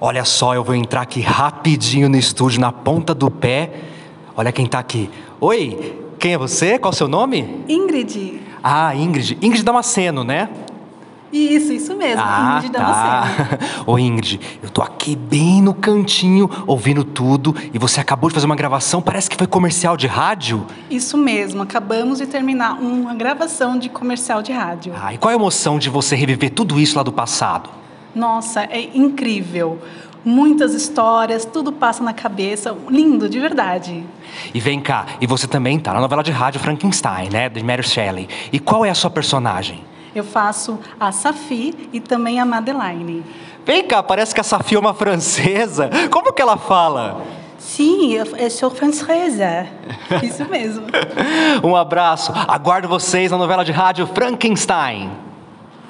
Olha só, eu vou entrar aqui rapidinho no estúdio, na ponta do pé. Olha quem tá aqui. Oi, quem é você? Qual o seu nome? Ingrid. Ah, Ingrid. Ingrid Damasceno, né? Isso, isso mesmo. Ingrid Damasceno. Ah, tá. Ô Ingrid, eu tô aqui bem no cantinho, ouvindo tudo, e você acabou de fazer uma gravação, parece que foi comercial de rádio. Isso mesmo. Acabamos de terminar uma gravação de comercial de rádio. Ah, e qual é a emoção de você reviver tudo isso lá do passado? Nossa, é incrível. Muitas histórias, tudo passa na cabeça. Lindo, de verdade. E vem cá, e você também tá na novela de rádio Frankenstein, né, de Mary Shelley. E qual é a sua personagem? Eu faço a Safi e também a Madeleine. Vem cá, parece que essa filha é uma francesa. Como que ela fala? Sim, eu, eu sou francesa. Isso mesmo. Um abraço, aguardo vocês na novela de rádio Frankenstein.